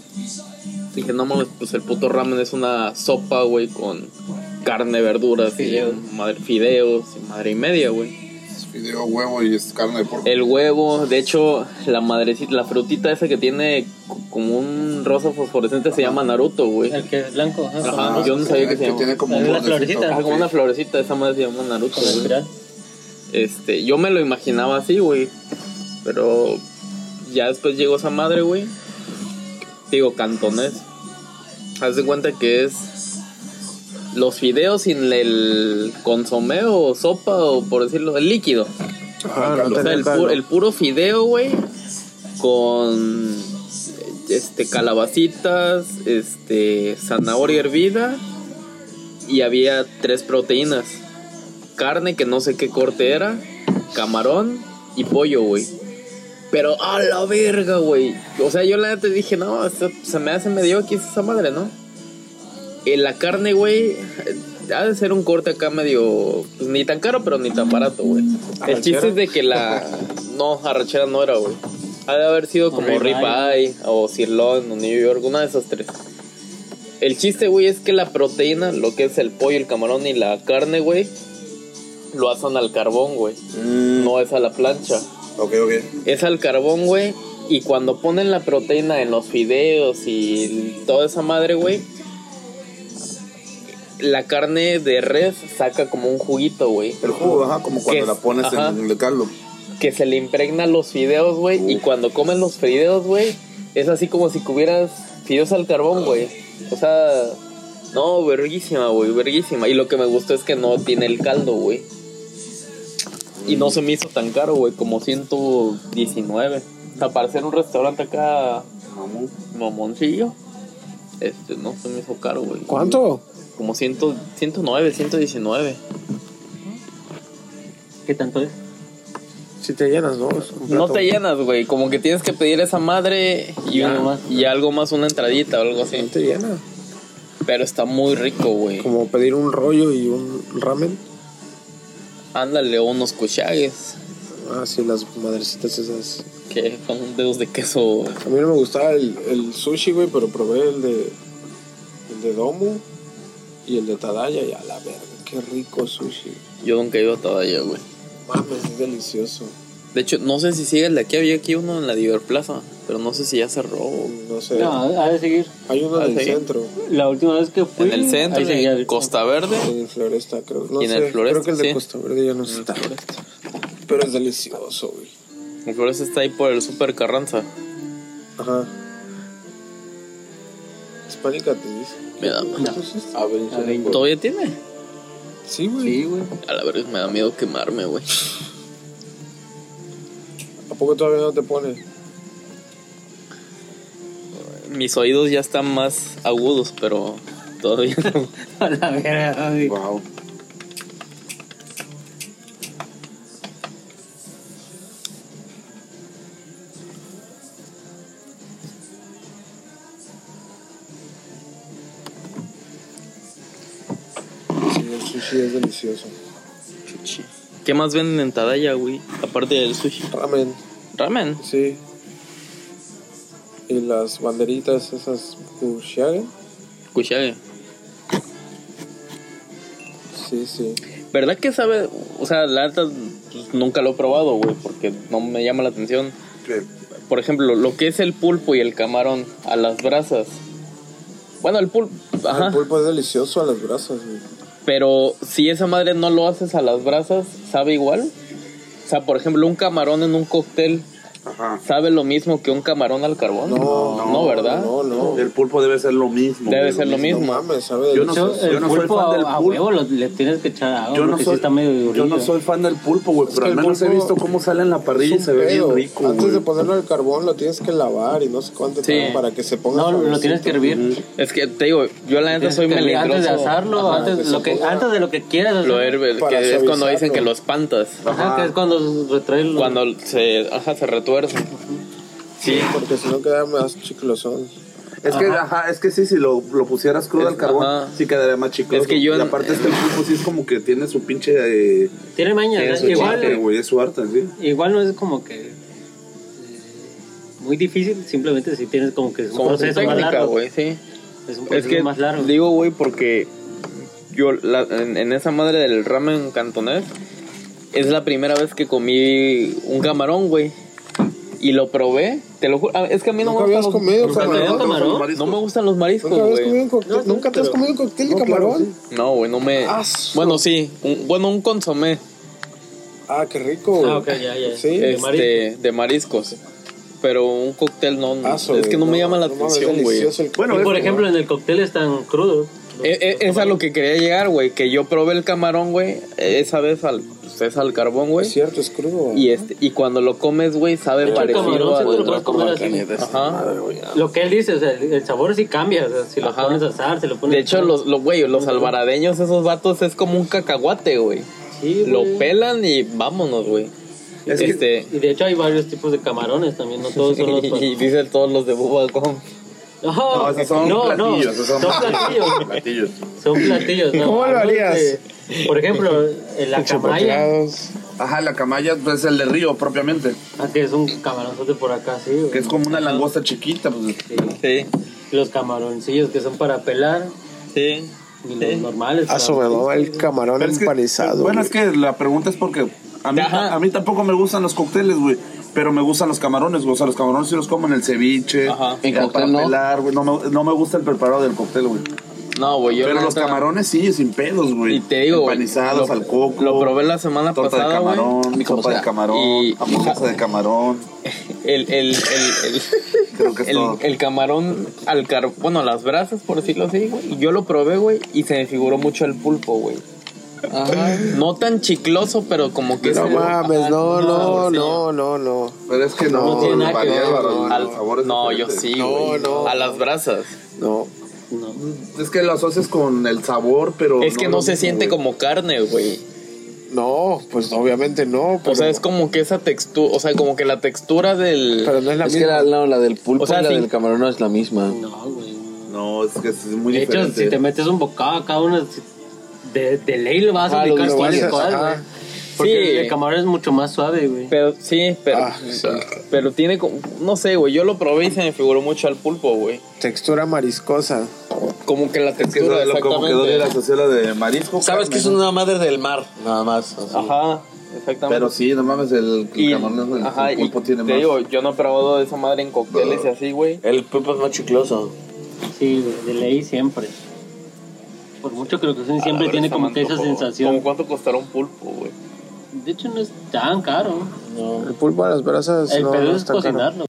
[SPEAKER 1] Dije, no mames, pues el puto ramen es una sopa, güey, con carne, verduras,
[SPEAKER 2] Fideos.
[SPEAKER 1] y madre, fideos, y madre y media, güey.
[SPEAKER 3] Es fideo, huevo y es carne de porco.
[SPEAKER 1] El huevo, de hecho, la madrecita, la frutita esa que tiene co- como un rosa fosforescente se llama Naruto, güey.
[SPEAKER 2] El que es blanco. Ajá.
[SPEAKER 1] Ajá.
[SPEAKER 2] con-
[SPEAKER 1] Ah, yo no sabía que se llamaba.
[SPEAKER 3] tiene como un
[SPEAKER 2] La
[SPEAKER 3] bordecito.
[SPEAKER 2] florecita.
[SPEAKER 1] Ah, como una florecita, esa madre se llama Naruto,
[SPEAKER 2] con la
[SPEAKER 1] güey.
[SPEAKER 2] espiral.
[SPEAKER 1] Este, yo me lo imaginaba así, güey. Pero ya después llegó esa madre, güey. Digo, cantonés. Haz de cuenta que es los fideos sin el consomé o sopa o por decirlo, el líquido.
[SPEAKER 4] Ajá, Ah, no
[SPEAKER 1] O sea,
[SPEAKER 4] te
[SPEAKER 1] el, pu- el puro fideo, güey, con este calabacitas, este zanahoria hervida y había tres proteínas. Carne que no sé qué corte era, camarón y pollo, güey. Pero a la verga, güey. O sea, yo la neta dije, no, esto se me hace medio aquí esa madre, ¿no? Eh, la carne, güey, eh, ha de ser un corte acá medio. pues, ni tan caro, pero ni tan barato, güey. El
[SPEAKER 4] ¿Arrachera?
[SPEAKER 1] chiste es de que la. No, arrachera no era, güey. Ha de haber sido como
[SPEAKER 2] Ribeye.
[SPEAKER 1] ribeye o sirloin o New York, una de esas tres. El chiste, güey, es que la proteína, lo que es el pollo, el camarón y la carne, güey, lo hacen al carbón, güey.
[SPEAKER 5] Mm,
[SPEAKER 1] No es a la plancha.
[SPEAKER 5] ok, ok.
[SPEAKER 1] Es al carbón, güey. Y cuando ponen la proteína en los fideos y toda esa madre, güey, la carne de res saca como un juguito, güey.
[SPEAKER 5] El jugo, ajá, como
[SPEAKER 1] ¿Qué
[SPEAKER 5] cuando
[SPEAKER 1] es?
[SPEAKER 5] la pones
[SPEAKER 1] Ajá.
[SPEAKER 5] en el caldo.
[SPEAKER 1] Que se le impregna los fideos, güey. Y cuando comen los fideos, güey, es así como si comieras fideos al carbón, güey. O sea, no, verguísima, güey, verguísima. Y lo que me gustó es que no tiene el caldo, güey. Y no se me hizo tan caro, güey, como 119. O sea, para ser un restaurante acá mamoncillo, este, no se me hizo caro, güey.
[SPEAKER 4] ¿Cuánto?
[SPEAKER 1] Como 100, 109, 119.
[SPEAKER 2] ¿Qué tanto es?
[SPEAKER 4] Si te llenas, ¿no? Es un
[SPEAKER 1] No
[SPEAKER 4] plato.
[SPEAKER 1] te llenas, güey. Como que tienes que pedir esa madre y,
[SPEAKER 2] Y
[SPEAKER 1] un-
[SPEAKER 2] algo más.
[SPEAKER 1] y algo más, una entradita o algo
[SPEAKER 4] No
[SPEAKER 1] así.
[SPEAKER 4] te llena.
[SPEAKER 1] Pero está muy rico, güey.
[SPEAKER 4] Como pedir un rollo y un ramen.
[SPEAKER 1] Ándale, unos cuchagues.
[SPEAKER 4] Ah, sí, las madrecitas esas.
[SPEAKER 1] Que son dedos de queso.
[SPEAKER 4] A mí no me gustaba el, el sushi, güey, pero probé el de, el de Domu y el de Tadaya y a la verga. Qué rico sushi.
[SPEAKER 1] Yo nunca he ido a Tadaya, güey.
[SPEAKER 4] Mames, es delicioso.
[SPEAKER 1] De hecho, no sé si sigue el de aquí. Había aquí uno en la Diverplaza. Pero no sé si ya cerró.
[SPEAKER 4] No
[SPEAKER 1] Eh.
[SPEAKER 4] sé.
[SPEAKER 2] No, ha de seguir.
[SPEAKER 4] Hay uno
[SPEAKER 1] Ah,
[SPEAKER 4] del
[SPEAKER 1] sí.
[SPEAKER 4] centro,
[SPEAKER 2] La última vez que fui.
[SPEAKER 1] En el centro,
[SPEAKER 2] ahí seguía
[SPEAKER 1] en
[SPEAKER 2] abierto.
[SPEAKER 1] Costa Verde.
[SPEAKER 4] en el Floresta, creo. No
[SPEAKER 1] Y en
[SPEAKER 4] sé,
[SPEAKER 1] el Floresta,
[SPEAKER 4] creo que el de
[SPEAKER 1] sí.
[SPEAKER 4] Costa Verde ya no está. Pero es delicioso, güey.
[SPEAKER 1] El Flores está ahí por el Super Carranza.
[SPEAKER 4] Ajá. Hispánica te dice.
[SPEAKER 1] Me da miedo.
[SPEAKER 4] A ver,
[SPEAKER 1] ¿Todavía tiene?
[SPEAKER 4] Sí, güey.
[SPEAKER 2] Sí, güey.
[SPEAKER 1] A la verga, me da miedo quemarme, güey.
[SPEAKER 4] ¿A poco todavía no te pone?
[SPEAKER 1] Mis oídos ya están más agudos, pero todavía no.
[SPEAKER 2] A la verga, güey.
[SPEAKER 5] Wow.
[SPEAKER 4] Sí, el sushi es delicioso.
[SPEAKER 1] Chuchi. ¿Qué más venden en Tadaya, güey? Aparte del sushi.
[SPEAKER 4] Ramen,
[SPEAKER 1] Ramen.
[SPEAKER 4] sí. Y las banderitas esas Kushiage.
[SPEAKER 1] Kushage.
[SPEAKER 4] Sí, sí.
[SPEAKER 1] ¿Verdad que sabe? O sea, la alta nunca lo he probado, güey, porque no me llama la atención. Por ejemplo, lo que es el pulpo y el camarón a las brasas. Bueno, el pulpo. Ajá.
[SPEAKER 4] El pulpo es delicioso a las brasas, güey.
[SPEAKER 1] Pero si esa madre no lo haces a las brasas, ¿sabe igual? O sea, por ejemplo, un camarón en un cóctel
[SPEAKER 5] Ajá.
[SPEAKER 1] sabe lo mismo que un camarón al carbón.
[SPEAKER 4] No,
[SPEAKER 1] no, ¿verdad?
[SPEAKER 4] No, no.
[SPEAKER 5] El pulpo debe ser lo mismo.
[SPEAKER 1] Debe
[SPEAKER 5] güey,
[SPEAKER 1] ser lo
[SPEAKER 4] No
[SPEAKER 1] mismo.
[SPEAKER 4] mames, sabe
[SPEAKER 5] Yo no
[SPEAKER 4] delicioso.
[SPEAKER 5] soy-
[SPEAKER 2] el
[SPEAKER 5] yo no soy
[SPEAKER 2] pulpo
[SPEAKER 5] fan
[SPEAKER 2] a-
[SPEAKER 5] del
[SPEAKER 2] a
[SPEAKER 5] pulpo.
[SPEAKER 2] huevo lo- le tienes que echar agua.
[SPEAKER 5] Yo no,
[SPEAKER 2] porque sí
[SPEAKER 5] soy,
[SPEAKER 2] está medio
[SPEAKER 5] yo no
[SPEAKER 2] durillo.
[SPEAKER 5] soy fan del pulpo, güey,
[SPEAKER 4] Es
[SPEAKER 5] pero
[SPEAKER 4] que
[SPEAKER 5] al
[SPEAKER 4] el
[SPEAKER 5] menos he
[SPEAKER 4] pulpo
[SPEAKER 5] visto cómo sale en la parrilla y
[SPEAKER 4] un
[SPEAKER 5] se ve bien
[SPEAKER 4] pedo.
[SPEAKER 5] rico.
[SPEAKER 4] Antes
[SPEAKER 5] güey.
[SPEAKER 4] de ponerlo al carbón lo tienes que lavar y no sé cuánto
[SPEAKER 1] Sí.
[SPEAKER 4] tiempo para que se ponga.
[SPEAKER 2] No, lo
[SPEAKER 4] suavecito.
[SPEAKER 2] tienes que hervir.
[SPEAKER 1] Es que te digo, yo la neta
[SPEAKER 2] Tienes
[SPEAKER 1] soy
[SPEAKER 2] que hervir
[SPEAKER 1] melindroso.
[SPEAKER 2] Antes de asarlo,
[SPEAKER 4] Ajá, que
[SPEAKER 2] antes,
[SPEAKER 4] se
[SPEAKER 2] lo que,
[SPEAKER 4] ponga-
[SPEAKER 2] antes de lo que quieras hacer.
[SPEAKER 1] Lo herve,
[SPEAKER 4] Para
[SPEAKER 1] que es cuando dicen
[SPEAKER 4] suavizarlo.
[SPEAKER 1] que lo espantas.
[SPEAKER 2] Ajá, que es cuando retrae el-
[SPEAKER 1] Cuando se, ajá, se retuerce. Sí.
[SPEAKER 4] Porque si no queda más chiclosón.
[SPEAKER 5] Es que, ajá, es que sí, si lo, lo pusieras crudo
[SPEAKER 1] Es-
[SPEAKER 5] al carbón,
[SPEAKER 1] ajá.
[SPEAKER 5] sí quedaría más chico.
[SPEAKER 1] Es que yo
[SPEAKER 5] Y
[SPEAKER 1] en-
[SPEAKER 5] aparte, este pulpo sí es como que tiene su pinche. eh,
[SPEAKER 2] Tiene maña.
[SPEAKER 1] Tiene
[SPEAKER 2] ¿no?
[SPEAKER 1] su
[SPEAKER 5] arte,
[SPEAKER 2] Igual,
[SPEAKER 5] güey, es su arte, sí.
[SPEAKER 2] igual no es como que. eh, Muy difícil, simplemente si tienes como que pues, es un
[SPEAKER 1] Como su
[SPEAKER 2] proceso más
[SPEAKER 1] técnica,
[SPEAKER 2] largo. Pues,
[SPEAKER 1] güey, sí.
[SPEAKER 2] Es un
[SPEAKER 1] Es
[SPEAKER 2] proceso
[SPEAKER 1] que
[SPEAKER 2] más largo.
[SPEAKER 1] digo, güey, porque yo la- en, en esa madre del ramen cantonés es la primera vez que comí un camarón, güey. Y lo probé, te lo juro. Ah, Es que a mí no
[SPEAKER 4] ¿Nunca
[SPEAKER 1] me
[SPEAKER 4] habías
[SPEAKER 1] gustan
[SPEAKER 4] comido
[SPEAKER 1] los,
[SPEAKER 2] camarón?
[SPEAKER 1] no me gustan los
[SPEAKER 5] ¿Camarón?
[SPEAKER 1] No me gustan los mariscos,
[SPEAKER 4] ¿Nunca, habías comido
[SPEAKER 1] güey.
[SPEAKER 4] un cóctel- ¿Nunca te has comido un cóctel de
[SPEAKER 5] No, claro,
[SPEAKER 4] camarón?
[SPEAKER 5] sí.
[SPEAKER 1] No, güey, no me.
[SPEAKER 4] Ah, su-
[SPEAKER 1] Bueno, sí, un- bueno, un consomé
[SPEAKER 4] Ah, qué rico. güey.
[SPEAKER 2] Ah, ok, ya, ya.
[SPEAKER 4] Sí,
[SPEAKER 2] De marisco.
[SPEAKER 1] este, de mariscos. Pero un cóctel no, no,
[SPEAKER 4] Ah,
[SPEAKER 1] es que no, me llama la
[SPEAKER 4] no mames,
[SPEAKER 1] atención, güey.
[SPEAKER 4] delicioso el-
[SPEAKER 5] Bueno,
[SPEAKER 2] Y
[SPEAKER 5] es-
[SPEAKER 2] por ejemplo, en el cóctel están crudos.
[SPEAKER 1] Eh, eh, es a lo que quería llegar, güey. Que yo probé el camarón, güey. Esa vez al, pues, es al carbón,
[SPEAKER 4] Es
[SPEAKER 1] güey.
[SPEAKER 4] cierto, es crudo.
[SPEAKER 1] Y, este, y cuando lo comes, güey, sabe
[SPEAKER 2] hecho, el
[SPEAKER 1] parecido
[SPEAKER 2] camarón
[SPEAKER 1] al
[SPEAKER 2] sí te lo puedes comer así.
[SPEAKER 1] Ajá.
[SPEAKER 2] Lo que él dice, o sea, el el sabor sí cambia. o sea, si lo
[SPEAKER 1] Ajá.
[SPEAKER 2] pones a asar, si lo pones.
[SPEAKER 1] De hecho, los, los, güey, los albaradeños, esos vatos, es como un cacahuate, güey.
[SPEAKER 2] Sí,
[SPEAKER 1] Lo
[SPEAKER 2] güey.
[SPEAKER 1] pelan y vámonos, güey.
[SPEAKER 5] Es que-
[SPEAKER 1] Este,
[SPEAKER 2] Y de hecho, hay varios tipos de camarones también, no todos son los.
[SPEAKER 1] y dicen todos los de Bubacón.
[SPEAKER 2] No,
[SPEAKER 5] No, esos son
[SPEAKER 2] no,
[SPEAKER 5] platillos.
[SPEAKER 2] no,
[SPEAKER 5] esos son,
[SPEAKER 2] platillos.
[SPEAKER 5] platillos.
[SPEAKER 2] Son platillos. ¿no?
[SPEAKER 4] ¿Cómo lo
[SPEAKER 2] Hablamos
[SPEAKER 4] harías?
[SPEAKER 2] de, por ejemplo, en la camaya,
[SPEAKER 4] Chupaclados.
[SPEAKER 5] Ajá, la camaya pues, es el de río propiamente,
[SPEAKER 2] ah, que es un camaronzote por acá, sí. güey.
[SPEAKER 5] que es como una langosta chiquita. Pues,
[SPEAKER 2] Sí.
[SPEAKER 1] Sí,
[SPEAKER 2] Los camaroncillos que son para pelar
[SPEAKER 1] sí.
[SPEAKER 2] y los normales.
[SPEAKER 4] Ah,
[SPEAKER 2] para-
[SPEAKER 4] su me mama el camarón
[SPEAKER 5] Pero es que-
[SPEAKER 4] empanizado.
[SPEAKER 5] bueno,
[SPEAKER 4] güey.
[SPEAKER 5] es que la pregunta es porque a mí,
[SPEAKER 1] Ajá.
[SPEAKER 5] a mí tampoco me gustan los cócteles, güey. Pero me gustan los camarones, güey. O sea, los camarones sí los como en el ceviche.
[SPEAKER 1] Ajá.
[SPEAKER 5] En
[SPEAKER 6] ¿En cóctel no?
[SPEAKER 5] no? me, no me gusta el preparado del cóctel, güey.
[SPEAKER 1] No, güey, yo
[SPEAKER 5] Pero
[SPEAKER 1] la
[SPEAKER 5] los
[SPEAKER 1] neta-
[SPEAKER 5] camarones sí, sin pedos, güey.
[SPEAKER 1] Y te digo, güey,
[SPEAKER 5] Empanizados
[SPEAKER 1] lo-
[SPEAKER 5] al coco.
[SPEAKER 1] lo probé la semana
[SPEAKER 5] torta
[SPEAKER 1] pasada,
[SPEAKER 5] de
[SPEAKER 1] güey.
[SPEAKER 5] camarón,
[SPEAKER 6] mí como
[SPEAKER 5] sopa de
[SPEAKER 6] sea.
[SPEAKER 5] camarón,
[SPEAKER 1] Y-
[SPEAKER 5] hamburguesa de camarón.
[SPEAKER 1] El, el, el, el-
[SPEAKER 5] Creo que es
[SPEAKER 1] el-
[SPEAKER 5] todo.
[SPEAKER 1] el camarón al car... Bueno, a las brasas, por decirlo así, güey. Y Yo lo probé, güey, y se me figuró mucho el pulpo, güey. No tan chicloso, pero como que...
[SPEAKER 4] No
[SPEAKER 1] se-
[SPEAKER 4] mames, no,
[SPEAKER 1] Ajá,
[SPEAKER 4] no,
[SPEAKER 1] sí.
[SPEAKER 4] no, no, no.
[SPEAKER 3] Pero es que no,
[SPEAKER 2] No tiene nada que
[SPEAKER 3] varía,
[SPEAKER 2] ver,
[SPEAKER 3] varía,
[SPEAKER 1] Al-
[SPEAKER 3] el sabor es
[SPEAKER 1] no, yo
[SPEAKER 3] diferente.
[SPEAKER 1] sí,
[SPEAKER 4] No,
[SPEAKER 1] güey.
[SPEAKER 4] no.
[SPEAKER 1] A las brasas.
[SPEAKER 4] No.
[SPEAKER 3] Es que lo asocias con el sabor, pero.
[SPEAKER 1] es que no,
[SPEAKER 3] lo
[SPEAKER 1] se
[SPEAKER 3] mismo,
[SPEAKER 1] siente
[SPEAKER 3] güey.
[SPEAKER 1] como carne, güey.
[SPEAKER 4] No, pues obviamente no. Pero,
[SPEAKER 1] O sea, es como que esa textura... O sea, como que la textura del...
[SPEAKER 4] pero no es la
[SPEAKER 6] es que
[SPEAKER 4] misma.
[SPEAKER 6] la, no, la del pulpo
[SPEAKER 1] O sea,
[SPEAKER 6] y la
[SPEAKER 1] sí.
[SPEAKER 6] del camarón no es la misma.
[SPEAKER 2] No, güey.
[SPEAKER 5] No, es que es muy
[SPEAKER 2] De hecho,
[SPEAKER 5] diferente.
[SPEAKER 2] si te metes un bocado a cada uno, si- de, de ley le vas a
[SPEAKER 4] Ah, lo-
[SPEAKER 2] aplicar
[SPEAKER 4] lo
[SPEAKER 2] cuál es
[SPEAKER 4] vas a-
[SPEAKER 2] cuál,
[SPEAKER 4] ajá.
[SPEAKER 2] güey. Porque
[SPEAKER 1] Sí.
[SPEAKER 2] el de camarón es mucho más suave, güey.
[SPEAKER 1] Pero sí, pero,
[SPEAKER 4] Ah, o sea,
[SPEAKER 1] pero tiene como, no sé, güey, yo lo probé y se me figuró mucho al pulpo, güey.
[SPEAKER 4] textura mariscosa.
[SPEAKER 1] Como que la
[SPEAKER 5] Es que
[SPEAKER 1] textura,
[SPEAKER 5] es lo como quedó
[SPEAKER 1] exactamente.
[SPEAKER 5] de la sociedad de marisco.
[SPEAKER 6] Sabes
[SPEAKER 5] carne,
[SPEAKER 6] que es
[SPEAKER 5] ¿no?
[SPEAKER 6] una madre del mar, nada más. así.
[SPEAKER 1] Ajá, exactamente.
[SPEAKER 5] Pero sí, no mames, el, el
[SPEAKER 1] Y-
[SPEAKER 5] camarón el,
[SPEAKER 1] ajá,
[SPEAKER 5] el pulpo
[SPEAKER 1] y
[SPEAKER 5] tiene
[SPEAKER 1] te
[SPEAKER 5] más.
[SPEAKER 1] digo, yo no he probado esa madre en cócteles y así, güey.
[SPEAKER 6] El pulpo es más chicloso.
[SPEAKER 2] Sí, güey, de ley siempre. Por mucho creo que
[SPEAKER 1] A
[SPEAKER 2] siempre
[SPEAKER 1] la
[SPEAKER 2] tiene
[SPEAKER 1] verga,
[SPEAKER 2] como
[SPEAKER 1] me
[SPEAKER 2] que esa
[SPEAKER 1] antojó.
[SPEAKER 2] sensación.
[SPEAKER 1] ¿Cómo cuánto costará un pulpo, güey?
[SPEAKER 2] De hecho, no es tan caro.
[SPEAKER 4] El pulpo a las brasas
[SPEAKER 2] El
[SPEAKER 4] no,
[SPEAKER 2] pedo
[SPEAKER 4] no
[SPEAKER 2] es
[SPEAKER 4] está caro.
[SPEAKER 2] cocinarlo.